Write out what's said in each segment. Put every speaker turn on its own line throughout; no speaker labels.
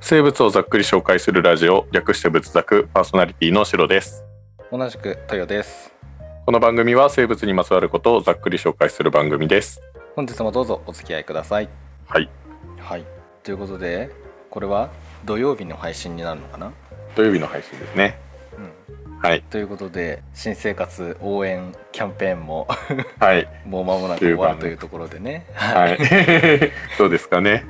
生物をざっくり紹介するラジオ略して仏作パーソナリティのシロです
同じく太陽です
この番組は生物にまつわることをざっくり紹介する番組です
本日もどうぞお付き合いください
はい
はいということでこれは土曜日の配信になるのかな
土曜日の配信ですね
うん
はい
ということで新生活応援キャンペーンも
はい
もう間もなく終わるというところでね
はい どうですかね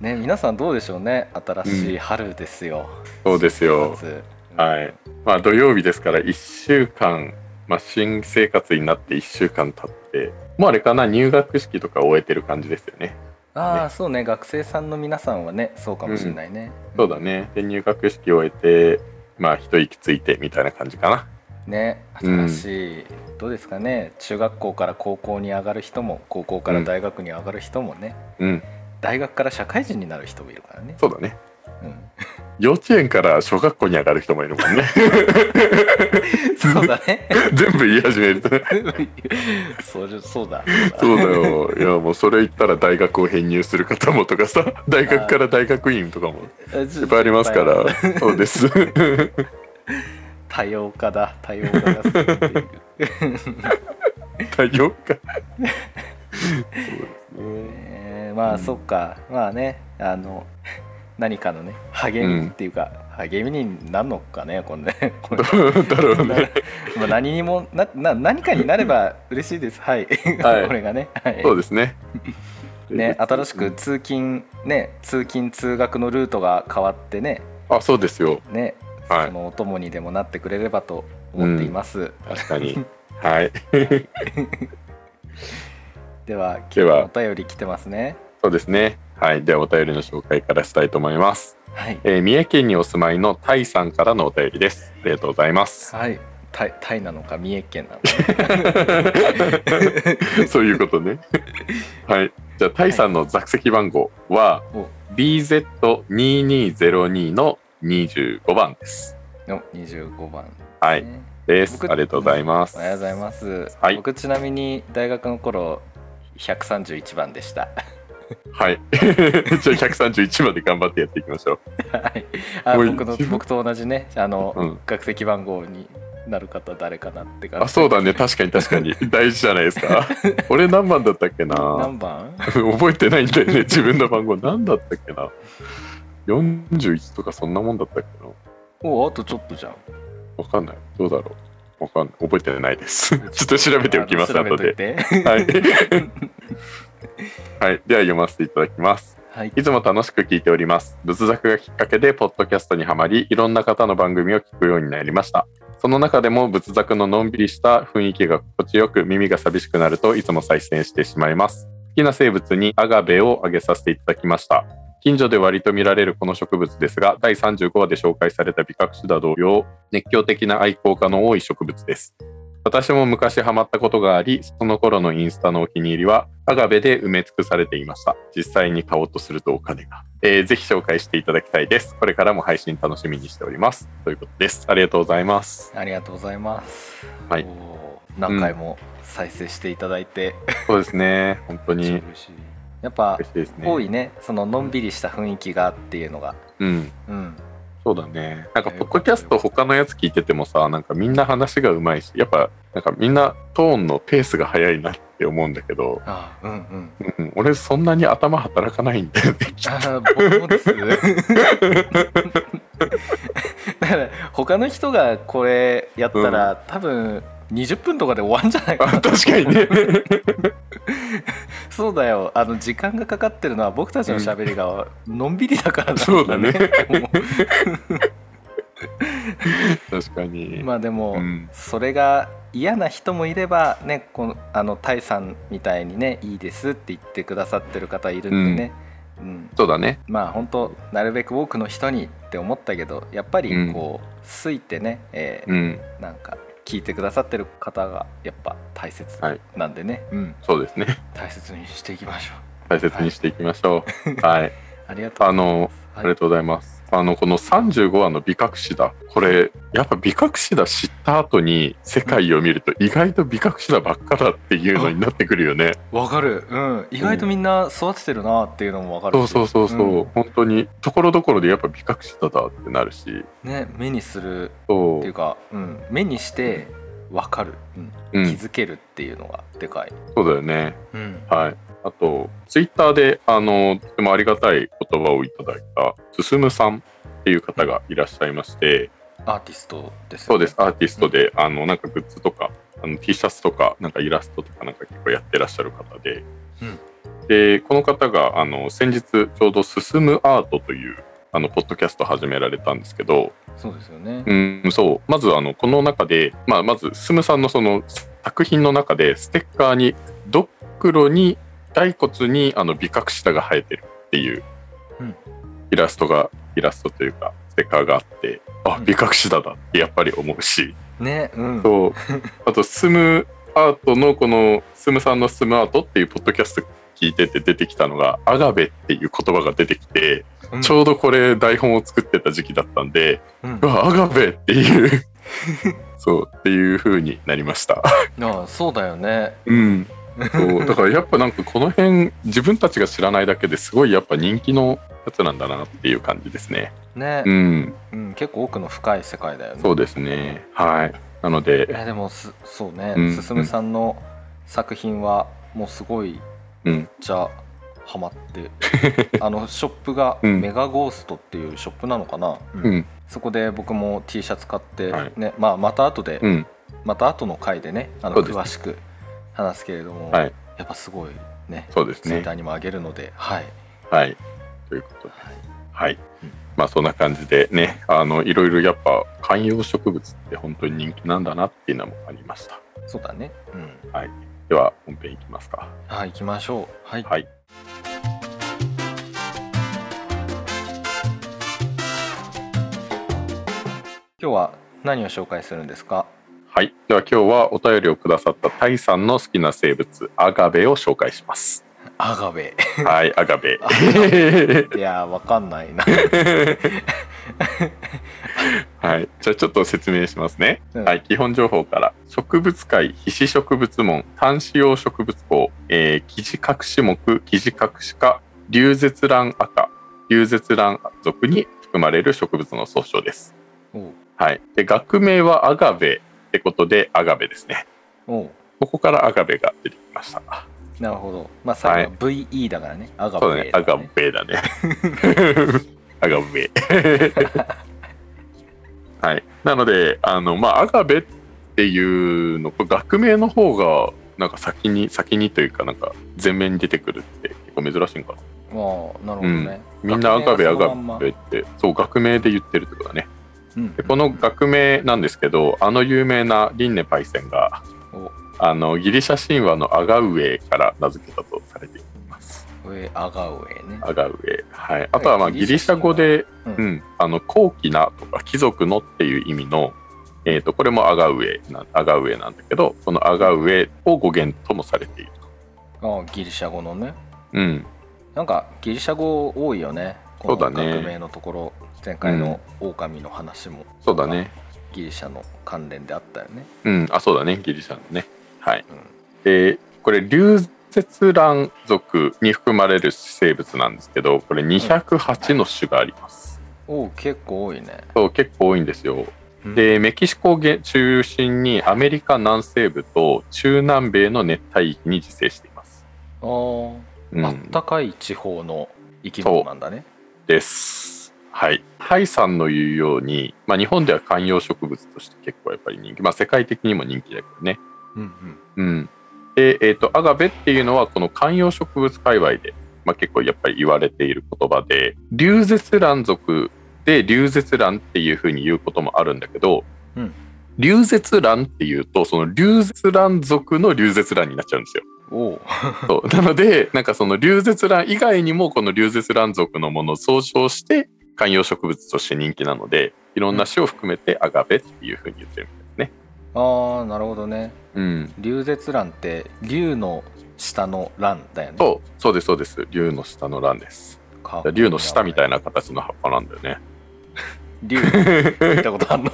ね皆さんどうでしょうね新しい春ですよ、
そうですよ
新生活
はいまあ土曜日ですから1週間まあ新生活になって1週間経ってもうあれかな入学式とか終えてる感じですよね
ああそうね学生さんの皆さんはねそうかもしれないね、
そうだねで入学式終えてまあ一息ついてみたいな感じかな
ね
うん
新しい、どうですかね中学校から高校に上がる人も高校から大学に上がる人もね、
うん
大学から社会人になる人もいるからね、
そうだね
うん、
幼稚園から小学校に上がる人もいるもん ね
そうだね
全部言い始めるとね
そうじゃそうだ
そうだ よいやもうそれ言ったら大学を編入する方もとかさ大学から大学院とかもいっぱいありますからそうです
多様化だ多様化が進んでいる
太陽か
えーまあ、
うん
そっかまあねあの何かのね励みっていうか、励みになるのかねこれねこれ
どうだろうね
まあ何にもなな何かになれば嬉しいです。はい。
はい
これがね。はい。
そうですね
ね新しく通勤ね通勤通学のルートが変わってね
あそうですよ
ね、
はい
そのお供にでもなってくれればと思っています。
確かにはい
では今日
では
もお便り来てますね。
そうですねはいではお便りの紹介からしたいと思います、
はい。
えー三重県にお住まいのタイさんからのお便りですありがとうございます
はい。タイタイなのか三重県なのか。
そういうことね。はい。じゃあ、タイさんの座席番号は、
お
BZ2202 の25番です。
の二十五番、ね。
はい。です。
僕
ありがとうございます。
ありがとうございます。
はい
僕ちなみに大学の頃百三十一番でした。
はい。 じゃあ、131まで頑張ってやっていきましょ
はい、あ
もう
僕の
一番
僕と同じねあの、
う。うん。
学籍番号になる方誰かなって感じ
あ、そうだね。確かに確かに。 大事じゃないですか。俺何番だったっけな
何番
覚えてないんだよね。自分の番号何だったっけな ?41 とかそんなもんだったっけな
おあとちょっとじゃん
わかんない。どうだろう。わかんない。覚えてない です。ちょっと調べておきます、
あの
後
調べ
で。
といて
はい。はい。では読ませていただきます。
はい
いつも楽しく聞いております。仏作がきっかけで、ポッドキャストにはまり、いろんな方の番組を聞くようになりました。その中でも仏作ののんびりした雰囲気が心地よく耳が寂しくなるといつも再生してしまいます。好きな生物にアガベを挙げさせていただきました。近所で割と見られるこの植物ですが、第35話で紹介された美覚種だ同様、熱狂的な愛好家の多い植物です。私も昔ハマったことがあり、その頃のインスタのお気に入りは、アガベで埋め尽くされていました。実際に買おうとするとお金が。えーぜひ紹介していただきたいです。これからも配信楽しみにしております。ということです。ありがとうございます。
ありがとうございます、
はい
おー何回も再生していただいて、
そうですね。本当に
嬉しい やっぱ
嬉しいですね。
多いねそののんびりした雰囲気がっていうのが
うん。
うん
そうだね。なんか、ポッドキャスト他のやつ聞いててもさ、なんかみんな話がうまいし、やっぱ、なんかみんなトーンのペースが早いなって思うんだけど、
あうんうん
うん、俺そんなに頭働かないんだよね。
あー僕もですだから 他の人がこれやったら、多分20分とかで終わるんじゃないか
あ
な
確かにね。
そうだよあの時間がかかってるのは僕たちの喋りがのんびりだからな
そうだね
も
確かに。
う まあでも、
うん
それが嫌な人もいればねこのあのタイさんみたいにねいいですって言ってくださってる方いるんでね、うん、
そうだね。
まあ本当なるべく多くの人にって思ったけどやっぱりこう、すいてね、えー
うん。
なんか聞いてくださってる方がやっぱ大切
はい
なんでね、うん、
そうですね。
大切にしていきましょ
大切にしていきましょう。はい。
うありがとう
あのありがとうございます。あのこの35話の美隠しだこれやっぱ美隠しだ知った後に世界を見ると意外と美隠しだばっかだっていうのになってくるよね。
わかる、うん、意外とみんな育ててるなっていうのもわかる
そうそうそうそう、
う
本当にところどころでやっぱ美隠しだだってなるし
ね目にする
そ
っていう
う,、
か、うん、目にしてわかる、うん
うん、
気づけるっていうのがでかい、
そうだよね。
うん、
はい、あとツイッターであのとてもありがたい言葉をいただいた進むさんっていう方がいらっしゃいまして
アーティストです
そ
よ
う
ね
ですアーティストで、あのなんかグッズとかあの T シャツとかなんかイラストとかなんか結構やってらっしゃる方で、でこの方があの先日ちょうど「進むアート」というあのポッドキャスト始められたんですけど、
そうですよね、
うん、そうまずあのこの中で、まあ、まずスムさんのその作品の中でステッカーにドックロに骸骨にあの美隠しだが生えてるっていう
うん
イラストがイラストというかステッカーがあってあ
うん
美隠しだだってやっぱり思うし、
ねうん
そうあとスムアートのこのスムさんの「スムアート」っていうポッドキャスト聞いてて出てきたのが「アガベ」っていう言葉が出てきて、
うん
ちょうどこれ台本を作ってた時期だったんで。
うん
うわアガベっていうそうっていう風になりました
ああそうだよね
うんそうだからやっぱなんかこの辺自分たちが知らないだけですごいやっぱ人気のやつなんだなっていう感じですね
ね、う
うんん
結構奥の深い世界だよね
そうですねはいなので
えでもすそうね、
うん
進さんの作品はもうすごい
うん
じゃハマって あのショップが
うん
メガゴーストっていうショップなのかな、
うん
そこで僕も T シャツ買って、
はい
ねまあ、また後で、
うん
また後の回でねあの
そうですね
詳しく話すけれども、
はい
やっぱすごいね
そうです
ツイッ
ね
ターにも上げるので、はい、
はいということではいまあそんな感じでねあのいろいろやっぱ観葉植物って本当に人気なんだなっていうのもありました
そうだね、うん、
では本編いきますか
はい行きましょうはい、
はい
今日は何を紹介するんですか
はい、では今日はお便りをくださったタイさんの好きな生物アガベを紹介し ます。
アガベ
はい、アガ ベ。
いやーわかんないな、
はい、じゃあちょっと説明しますね。
うん
はい、基本情報から植物界皮脂植物門単子葉植物項、えー、キジカクシ目キジカクシ科流絶蘭赤流絶蘭属に含まれる植物の総称です。
おう
はい、で学名はアガベってことでアガベですね。
おう
ここからアガベが出てきました。
なるほどまあ最後は VE だからね、アガベ
そ
だ
う
か
だ
ら
ね
ね、
アガベだね。 アガベ。はい。なので、あの、まあ、アガベっていうの、これ学名の方が、なんか先に、先にというか、なんか前面に出てくるって結構珍しいんかな。
まあなるほどね、
みんなアガ
学
ベ、
名
ア
はその
ガ
まんま
ベって、そう、学名で言ってるってことだね。
うん
で、この学名なんですけど、あの有名なリンネパイセンが、
お
あの、ギリシャ神話のアガウエから名付けたとされています。
上アガウェね
アガウェイ、はい、あとはまあギリシャ語で、
う
うんんあの高貴なとか貴族のっていう意味の、えー、とこれもアガウェイなアガウェイなんだけどこのアガウェイを語源ともされていると、
ああギリシャ語のね
うん、
なんかギリシャ語多いよねこの
そうだね
学名のところ前回の狼の話も
そうだね、
ギリシャの関連であったよね
うん、あそうだねギリシャのねはい、
うん
でこれ流節蘭属に含まれる生物なんですけどこれ208の種があります、
おう結構多いね
そう結構多いんですよ
うん
でメキシコをげ中心にアメリカ南西部と中南米の熱帯域に自生しています。
あー
うん
あったかい地方の生き物なんだね
です。はい、タイさんの言うように、まあ、日本では観葉植物として結構やっぱり人気、まあ、世界的にも人気だけどね。
うんうん
うん、で、えーと、アガベっていうのはこの観葉植物界隈で、まあ、結構やっぱり言われている言葉で流絶蘭属で流絶蘭っていうふうに言うこともあるんだけど、
うん
流絶蘭っていうとその流絶蘭属の流絶蘭になっちゃうんですよ。
おう
そうなのでなんかその流絶蘭以外にもこの流絶蘭属のものを総称して観葉植物として人気なのでいろんな種を含めてアガベっていうふうに言ってるんですね。
ああなるほどね
うん、
龍舌蘭って龍の下の蘭だよね
そうそうですそうです竜の下の欄です。
かっこいいな
竜の下みたいな形の葉っぱなんだよね。
竜見たことあ んの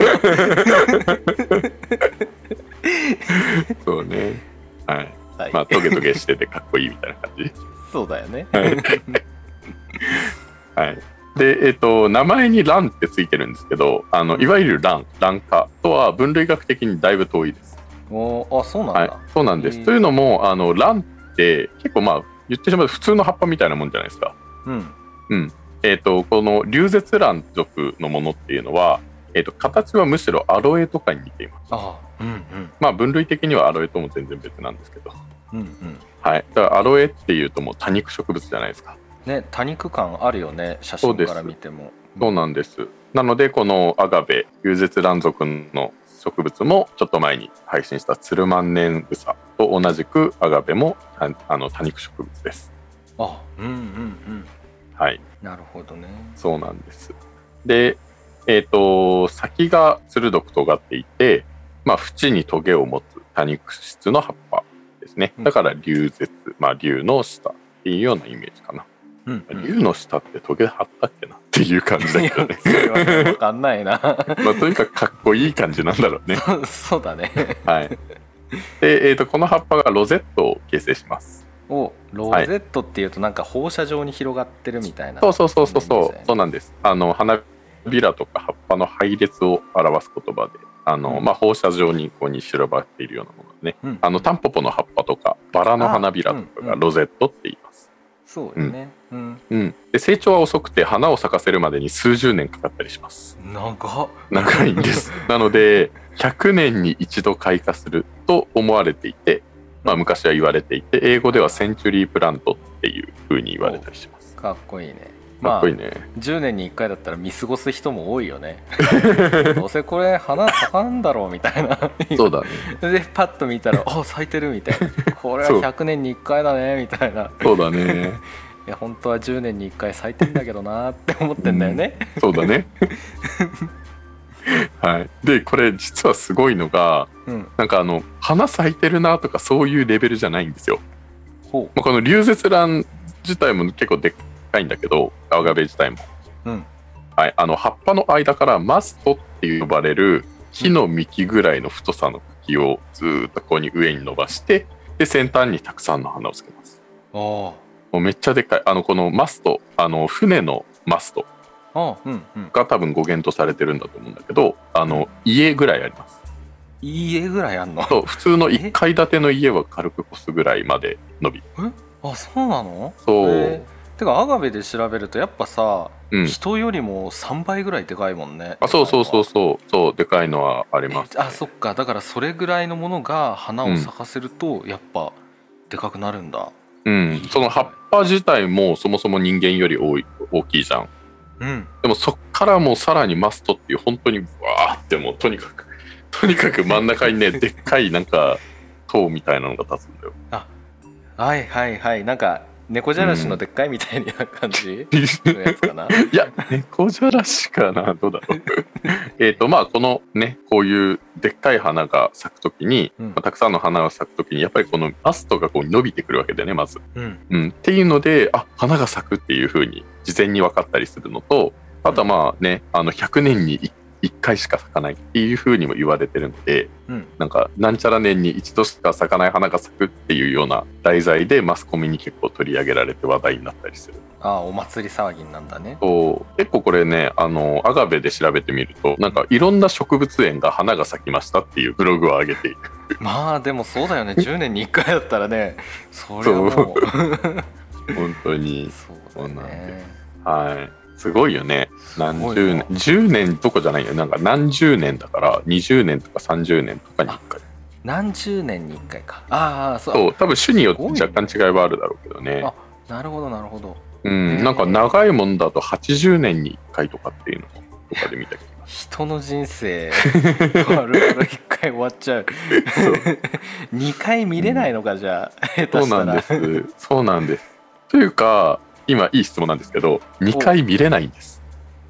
そうね。はい。
はい
まあ、トゲトゲしててかっこいいみたいな感じ。
そうだよね
はいはい。で、えっ、と、名前に蘭ってついてるんですけど、あの、いわゆる蘭、蘭科とは分類学的にだいぶ遠いです。
おーあそうなんだ、
はい。そうなんで
へ
す。
ー
というのも、あの、蘭って結構まあ、言ってしまうと普通の葉っぱみたいなもんじゃないですか。
うん
えっ、と、この流舌蘭属のものっていうのは、えっ、と、形はむしろアロエとかに似ています。
ああうんうん
まあ、分類的にはアロエとも全然別なんですけど。
うんうん
はい。だからアロエっていうともう多肉植物じゃないですか。
ね多肉感あるよね写
そう
真
です
から見ても
そうなんです。なので、このアガベ、ユ絶ラン属の植物も、ちょっと前に配信したツルマンネングサと同じく、アガベもああの多肉植物です。
あうんうんうん
はい、
なるほどね
そうなんです。で、えっ、と、先が鋭く尖っていて、まあ、縁にトゲを持つ多肉質の葉っぱですね。だから、流絶、まあ、竜の下っていうようなイメージかな。
うん、うん、
竜の下ってトゲ張ったっけなっていう感じだけど ね。
分かんないな
まあ、とにかくかっこいい感じなんだろうね。
そうだね
はい。で、えー、とこの葉っぱがロゼットを形成します。
をロゼットっていうとなんか放射状に広がってるみたいな、
そうそうそうそう
そうな
そ
んですね
う。そうなんです。あの花びらとか葉っぱの配列を表す言葉で、あの、
うん
まあ放射状にこうに広ばっているようなものですね。
うん、
あのタンポポの葉っぱとかバラの花びらとか
あ
が
うん
ロゼットって言います。
そうよねうん、
うん。で成長は遅くて花を咲かせるまでに数十年かかったりします。
長っ
長いん です。なので100年に一度開花すると思われていて、まあ、昔は言われていて英語ではセンチュリープラントっていう風に言われたりします。
かっこいいね
かっこいい
ま
ね。
あ10年に1回だったら見過ごす人も多い よねどうせこれ花咲かんだろうみたいな
そうだね。
でパッと見たらあ咲いてるみたいなこれ は
そう
100年に1回だねみたいな
そうだね。
いや本当は10年に1回咲いてんだけどなって思ってんだよね、
そうだね。はい。でこれ実はすごいのが
うん、
なんかあの花咲いてるなとかそういうレベルじゃないんですよ。
ほ
まあ、この流舌蘭自体も結構でっかいんだけど青ガベ自体も。
ううん
はい、あの葉っぱの間からマストって呼ばれる木の幹ぐらいの太さの茎をずーっとここに上に伸ばしてで先端にたくさんの花をつけます
あ
もうめっちゃでっかいあのこのマストあの船のマスト
あああうんうん
が多分語源とされてるんだと思うんだけどあの家ぐらいあります
家ぐらいあんの
そう普通の1階建ての家は軽く越すぐらいまで伸び
あそうなの
そう
へーてかアガベで調べるとやっぱさ、
うん
人よりも3倍ぐらいでかいもんね
あそうそうそうそうそうでかいのはあります、
えあそっかだからそれぐらいのものが花を咲かせるとやっぱでかくなるんだ
うんその葉っぱ自体もそもそも人間より多い大きいじゃん
うん
でもそっからもうさらにマストっていう本当にわーってもうとにかく とにかく真ん中に ねでっかいなんか塔みたいなのが立つんだよ。
はいはいはいなんか猫じゃらしのでっかいみたいな感じのやつかな
いや猫じゃらしかなどうだろう。 えっとまあこのねこういうでっかい花が咲くときに、
うん
まあたくさんの花が咲くときにやっぱりこのマストがこう伸びてくるわけだよねまず。
うん
うん、っていうのであ花が咲くっていうふうに事前に分かったりするのとあとはまあねあの100年に1回しか咲かないっていうふうにも言われてるので。
うん
なんかなんちゃら年に一度しか咲かない花が咲くっていうような題材でマスコミに結構取り上げられて話題になったりする
あお祭り騒ぎなんだね
と結構これねあのアガベで調べてみるとなんかいろんな植物園が花が咲きましたっていうブログを上げている
まあでもそうだよね10年に1回だったらねそれはもう
本当に
そうだ
そうなんで
ね
はいすごいよね何
すごい
十
な
年10年どこじゃないよなんか何十年だから20年とか30年とかに1回
何十年に1回かああそう
そう多分種によって
すごいね
若干違いはあるだろうけどね
あなるほどなるほど
うんなんか長いもんだと80年に1回とかっていうの とかで見た気が
人の人生 丸々一回終わっちゃう
そう
2回見れないのかじゃあ、下手
そう
した
な
ら
んです。そうなんです。というか、今いい質問なんですけど、2回見れないんです。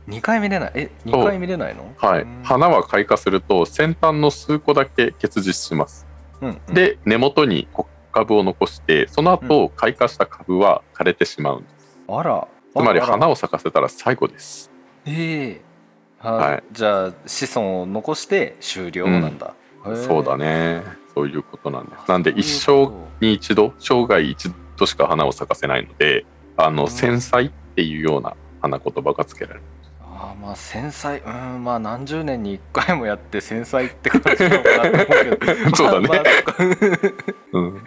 2回見れないえ二2回見れないの
はい。花は開花すると、先端の数個だけ結実します。
うん、うん、
で、根元に骨株を残して、その後、開花した株は枯れてしまうんです。
あら
つまり
あらあら
花を咲かせたら最後です。
ええは
はい
じゃあ子孫を残して終了なんだ、へえ
そうだね。そういうことなんです。なんで一
そういう
生
こ
に一度、生涯一度しか花を咲かせないので、あ
う
の
ん
繊細っていうような花言葉がつけられる。
とああまあ繊細うんまあ何十年に一回もやって繊細って感じなのかなと思うけど
そうだね
まあまあそっか
うん。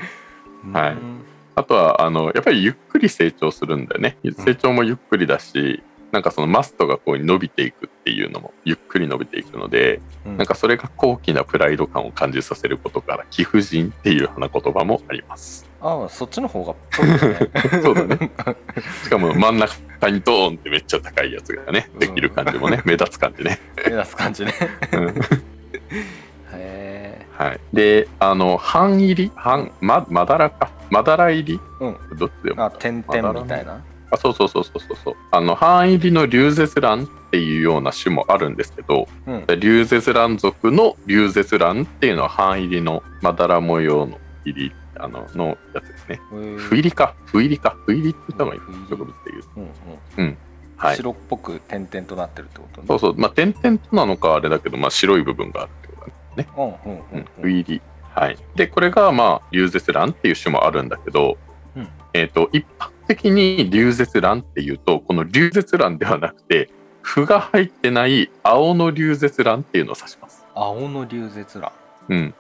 はい
うん
あとはあのやっぱりゆっくり成長するんだよね成長もゆっくりだし、なんかそのマストがこう伸びていくっていうのもゆっくり伸びていくので、
うん
なんかそれが高貴なプライド感を感じさせることから貴婦人っていう花言葉もあります
ああそっちの方がっぽいよね
そうだ ねしかも真ん中にドーンってめっちゃ高いやつがねできる感じも ね、目立つ感じね、
目立つ感じね
うん
へえ
はい、であの半入り半ままだらかまだら入り、
う
どっちでも
あ点々みたいな
あそうそうそうそうそうそうあの範囲入りのリュウゼツランっていうような種もあるんですけど
うん
リュウゼツラン属のリュウゼツランっていうのは範囲入りのまだら模様の入りあののやつですね不入りか不入りか不入りって言ったのがいい
不入り
植物でいう
うんうん
はい
白っぽく点々となってるってことね
そうそうまあ点々となのかあれだけど、まあ、白い部分があるってことだね
うんうんう
うんん、不入り、はい、でこれがまあリュウゼツランっていう種もあるんだけど、
うん
えー、と一般的にリュウゼツランっていうとこのリュウゼツランではなくて符が入ってない青のリュウゼツランっていうのを指します、
青の流絶ら
うん
へ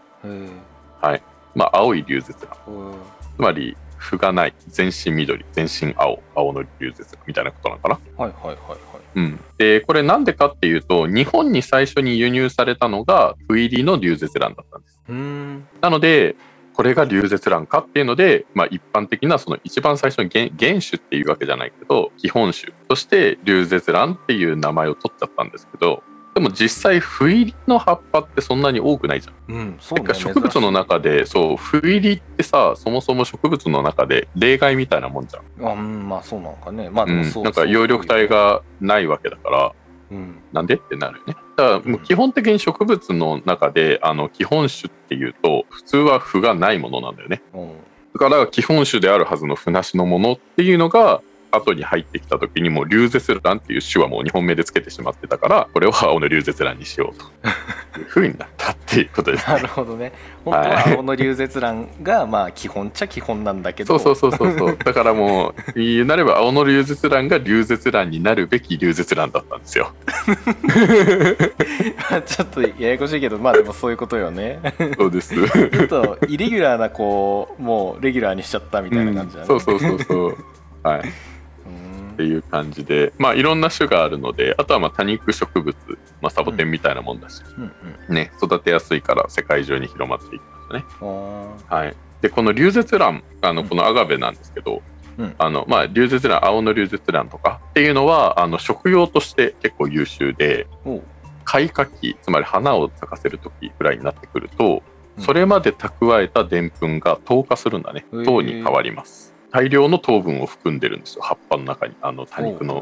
え
まあ、青いリュウゼツラン
うん
つまり符がない全身緑全身青青のリュウゼツランみたいなことなのかな、
はいはいはいはい
うん、でこれなんでかっていうと日本に最初に輸入されたのが符入りのリュウゼツランだったんです
うーん
なので、これが流絶蘭かっていうので、まあ、一般的なその一番最初の原原種っていうわけじゃないけど基本種として流絶蘭っていう名前を取っちゃったんですけどでも実際不入りの葉っぱってそんなに多くないじゃん。
うんそう
て
ね
か植物の中でそう不入りってさそもそも植物の中で例外みたいなもんじゃん。
あうんまあそうなのかねまあ
う、
でもそうん
なんか葉緑体がないわけだから
うん
なんでってなるよね。だからもう基本的に植物の中であの基本種っていうと普通は符がないものなんだよね。
うん
だから基本種であるはずの船しのものっていうのが後に入ってきた時にもうリュウゼツランっていう種はもう2本目でつけてしまってたからこれは青のリュウゼツランにし ようというふうになったっていうことです
な
ね
る。ほどね本当は青の流絶蘭がまあ基本っちゃ基本なんだけ
そう
ど
そうそうそう そうだからもう言うなれば青のリュウゼツランがリュウゼツランになるべきリュウゼツランだったんですよ。
ちょっとややこしいけどまあでもそういうことよね
そうです。
ちょっとイレギュラーなこうもうレギュラーにしちゃったみたいな感じだね、
そうそうそうそう。はい、っ
う
て
ん
いう感じでまあいろんな種があるのであとはまあ多肉植物、まあ、サボテンみたいなもんだし、
うん
ね育てやすいから世界中に広まっていきましたね。
うんあ
はい、でこのリュウゼツランあの
うん
このアガベなんですけど、
うん
あのまあ、リュウゼツラン青のリュウゼツランとかっていうのはあの食用として結構優秀で
ーおう
開花期つまり花を咲かせる時ぐらいになってくると
うん
それまで蓄えたでんぷんが糖化するんだね
へー
糖に変わります。大量の糖分を含んでるんですよ葉っぱの中にあの多肉の
お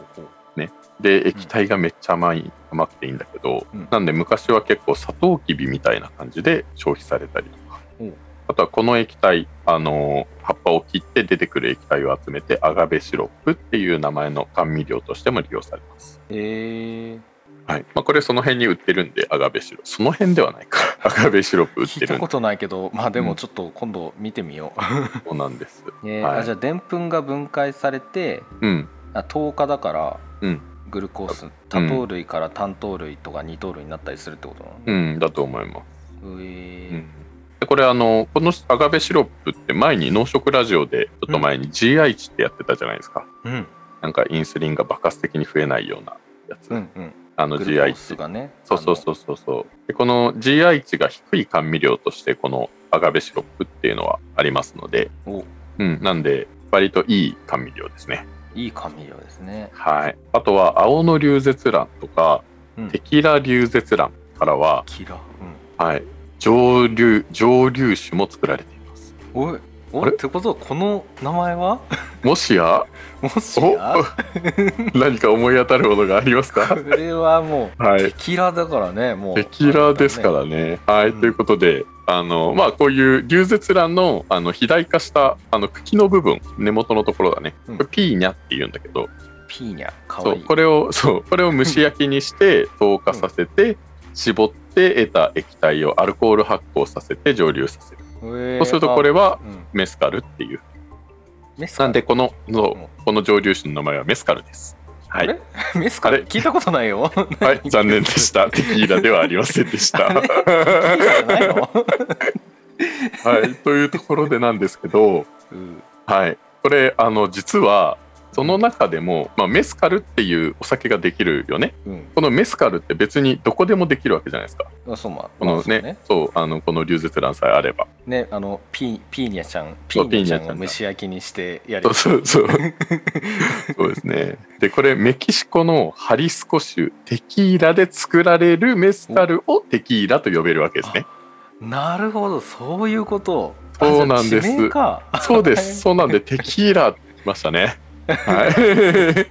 う
で液体がめっちゃ甘い甘くていいんだけど、
うん
なんで昔は結構サトウキビみたいな感じで消費されたりとか、
うん
あとはこの液体あのー葉っぱを切って出てくる液体を集めてアガベシロップっていう名前の甘味料としても利用されます。
えー、
はいまあ、これその辺に売ってるんでアガベシロップその辺ではないか アガベシロップ売っ
聞
て
いた
るんで
ことないけどまあで
うん
もちょっと今度見てみよ
そうなんです。
う、 ね
はい
あじゃあでんぷんが分解されて
うん
あ糖化だから、
うん
グルコース多糖類から単糖類とか二糖類になったりするってことなの、
うん、だと思います。
うえー
でこれあのこのアガベシロップって前に農食ラジオでちょっと前に GI 値ってやってたじゃないですか。
うん
なんかインスリンが爆発的に増えないようなやつ、
うんうん
あの
グルコ
GI
ース
値
がね
そうそうそうそうそうでこの GI 値が低い甘味料としてこのアガベシロップっていうのはありますので、
あのお
うん、なんで割といい甘味料ですね
いい甘味料ですね
はいあとは青の流舌蘭とか、
うん
テキラ流舌蘭からは、
キラうん
はい、上流上流種も作られています
おいお
あれ
ってことはこの名前は
もし や
もし
お
や
何か思い当たるものがあります
こ
か
れはもう
はい
テキラだからねもう
テキラですか
あ
らね。はい、
うん
ということで、あのまあこういう流舌蘭のあの肥大化したあの茎の部分、根元のところだね。
うん
これピーニャって言うんだけど、
ピーニャか
そ
わ
う
いい
これをそうこれを蒸し焼きにして糖化させて、絞って得た液体をアルコール発酵させて蒸留させる、
へー
そうするとこれ
あ
は
うん
メスカルっていう
メスカ
な
ル
んでこのそう
うん
この蒸留酒の名前はメスカルですは
あ
い、
れメスカ
あれ
ル聞いたことな いよ
はい、残念でした テキーラではありませんでした
あれ聞いたことないの
はい、というところでなんですけど、
うん
はい、これあの実はその中でも、まあ、メスカルっていうお酒ができるよね
うん
このメスカルって別にどこでもできるわけじゃないですか
あそうまあ
この
まあ
ね,、
そう
そうあのこの流舌卵さえあれば
ねあのピピーニャちゃんピ
そう
ーニャちゃ
ピーニャ
ん
ちゃん
を
が
蒸し焼きにしてやる
そうそう そうそうですねでこれメキシコのハリスコ州テキーラで作られるメスカルをテキーラと呼べるわけですね
なるほどそういうことあ
そうなんです
じゃあ地名かあ
そうで
はい
すそうなんでテキーラましたねはい、テ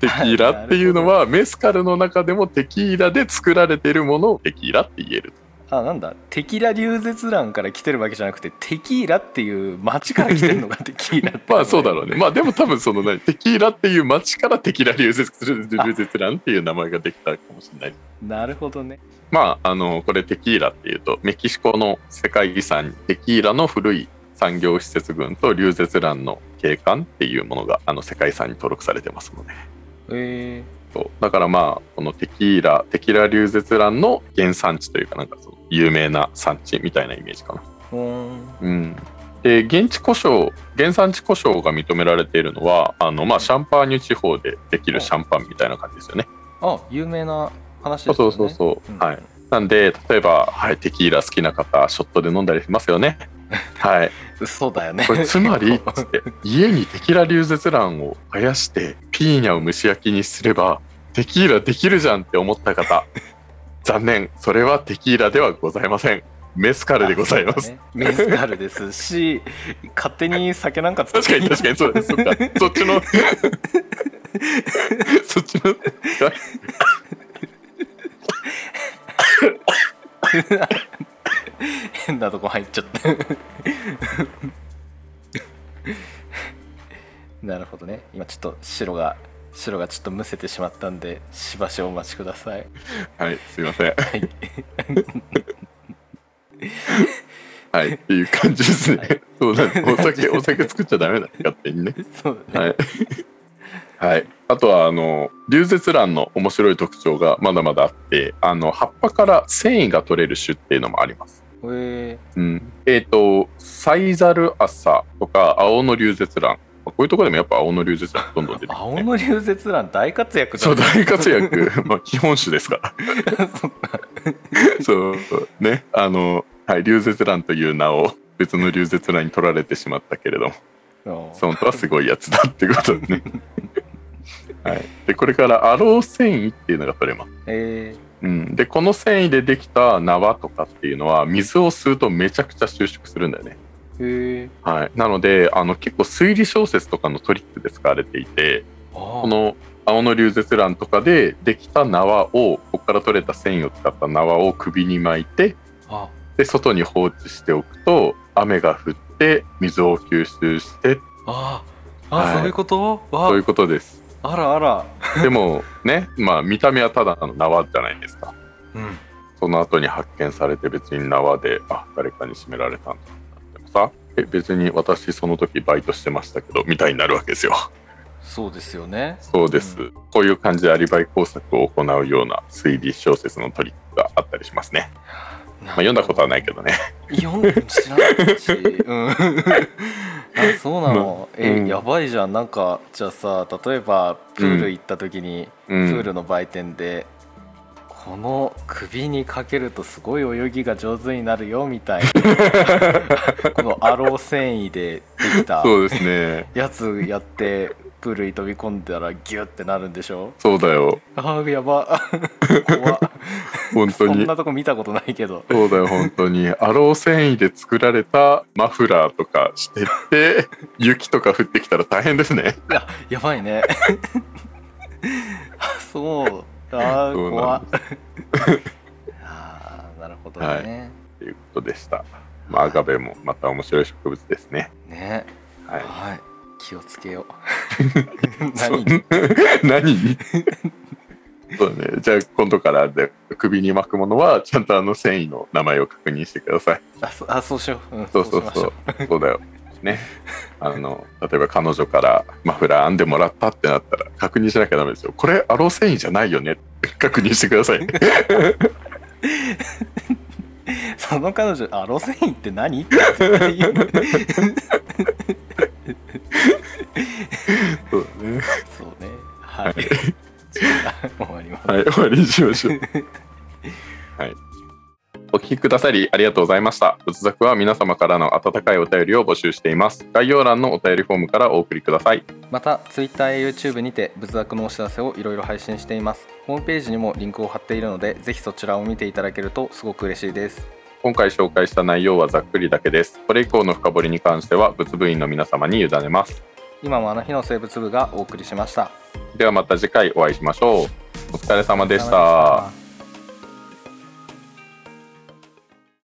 キーラっていうのはメスカルの中でもテキーラで作られているものをテキーラって言える
あなんだテキラ流舌蘭から来てるわけじゃなくてテキーラっていう町から来てるのがテキーラっ て
まあそうだろうねまあでも多分その何テキーラっていう町からテキーラ流絶蘭っていう名前ができたかもしれない
なるほどね
まあ、あのこれテキーラっていうとメキシコの世界遺産にテキーラの古い産業施設群と流絶蘭の景観っていうものがあの世界遺産に登録されてますので
え
そうだからまあこのテキーラテキーラ流絶蘭の原産地というかなんかその有名な産地みたいなイメージかな。
ー、うーん
うんで現地故障原産地故障が認められているのはあの、まあ、シャンパーニュ地方でできるシャンパンみたいな感じですよね。
あ有名な話です
そう
よね
そうそうそう、はい、なんで例えば、はい、テキーラ好きな方ショットで飲んだりしますよね。はい、
そうだよね
これつまりつって家にテキーラ流舌蘭を生やしてピーニャを蒸し焼きにすればテキーラできるじゃんって思った 方残念それはテキーラではございませんメスカルでございます、
あそうだねメスカルですし勝手に酒なんか作っ
確かに確かにそうですそ っかそっちのそっちの
変なとこ入っちゃってなるほどね今ちょっと白が白がちょっとむせてしまったんでしばしお待ちください
はいすいません
はい
はいっていう感じですね、
はい
そうなんですお 酒お酒作っちゃダメだ勝手にね
そうだね、
はい。 はい、あとはあの流舌蘭の面白い特徴がまだまだあってあの葉っぱから繊維が取れる種っていうのもあります。
え
うん、えっ、とサイザルアサとか青の流舌蘭こういうところでもやっぱ青の流舌蘭どんどん出て
ー、
くる、
青
ね。
の流舌蘭大活躍じゃ
そ
ん
う大活躍 まあ基本種ですから
そっか
そうねあのはい流舌蘭という名を別の流舌蘭に取られてしまったけれども
そ
本当はすごいやつだってことですね。 はい、でこれからアロー繊維っていうのが取れます。
え
うん、でこの繊維でできた縄とかっていうのは水を吸うとめちゃくちゃ収縮するんだよね。
ー、えー、
はい、なのであの結構推理小説とかのトリックで使われていて
あ
この青の流舌蘭とかでできた縄をここから取れた繊維を使った縄を首に巻いて
あ
で外に放置しておくと雨が降って水を吸収して
ああ、
はい
そういうことわ
ということです。
あらあら
でもね、まあ見た目はただの縄じゃないですか。
うん
その後に発見されて別に縄で、あ、誰かに締められたんだ。でもさ、え、別に私その時バイトしてましたけど、みたいになるわけですよ。
そうですよね
そうです。
う
こういう感じでアリバイ工作を行うような推理小説のトリックがあったりしますね。まあ読んだことはないけ
ど
どね。
読ん知らないし、 うん、あそうなの、え、
うん
やばいじゃんなんかじゃあさ例えばプール行った時に、
う
プー
ん。
ルの売店で、この首にかけるとすごい泳ぎが上手になるよみたいな このアロー繊維でできた
そうですね。
やつやってプールに飛び込んだらギュってなるんでしょ
そうだよ。
ああやば 怖っ
本当
そん
に。
なとこ見たことないけど
そうだよ本当にアロー繊維で作られたマフラーとかしてって雪とか降ってきたら大変ですね
いや、やばいね。 あそう。ああ、
そう
怖
な
っ
ん。
ああ、なるほど
は
ね。
ということでした、まあ、アガベもまた面白い植物ですね
ね、
はい
はい。気をつけよ う
そう
何に
何 にそうね、じゃあ今度からで首に巻くものはちゃんとあの繊維の名前を確認してください
あそあそうしよう、うん、
そうそう
し
そ
ま
うそうだよねあの例えば彼女からマフラー編んでもらったってなったら確認しなきゃダメですよこれアロー繊維じゃないよね確認してくださいね
しょうその彼女あ路線員って何って絶対言う
そうだね
そうねはい終わります
はい 終わりにしましょうはいお聞きくださりありがとうございました。仏作は皆様からの温かいお便りを募集しています。概要欄のお便りフォームからお送りください。
また Twitter や YouTube にて仏学のお知らせをいろいろ配信していますホームページにもリンクを貼っているのでぜひそちらを見ていただけるとすごく嬉しいです
今回紹介した内容はざっくりだけです。これ以降の深掘りに関しては仏部員の皆様に委ねます。
今もあの日の生物部がお送りしました
ではまた次回お会いしましょう。お疲れ様でし
お疲れ様
た
で。した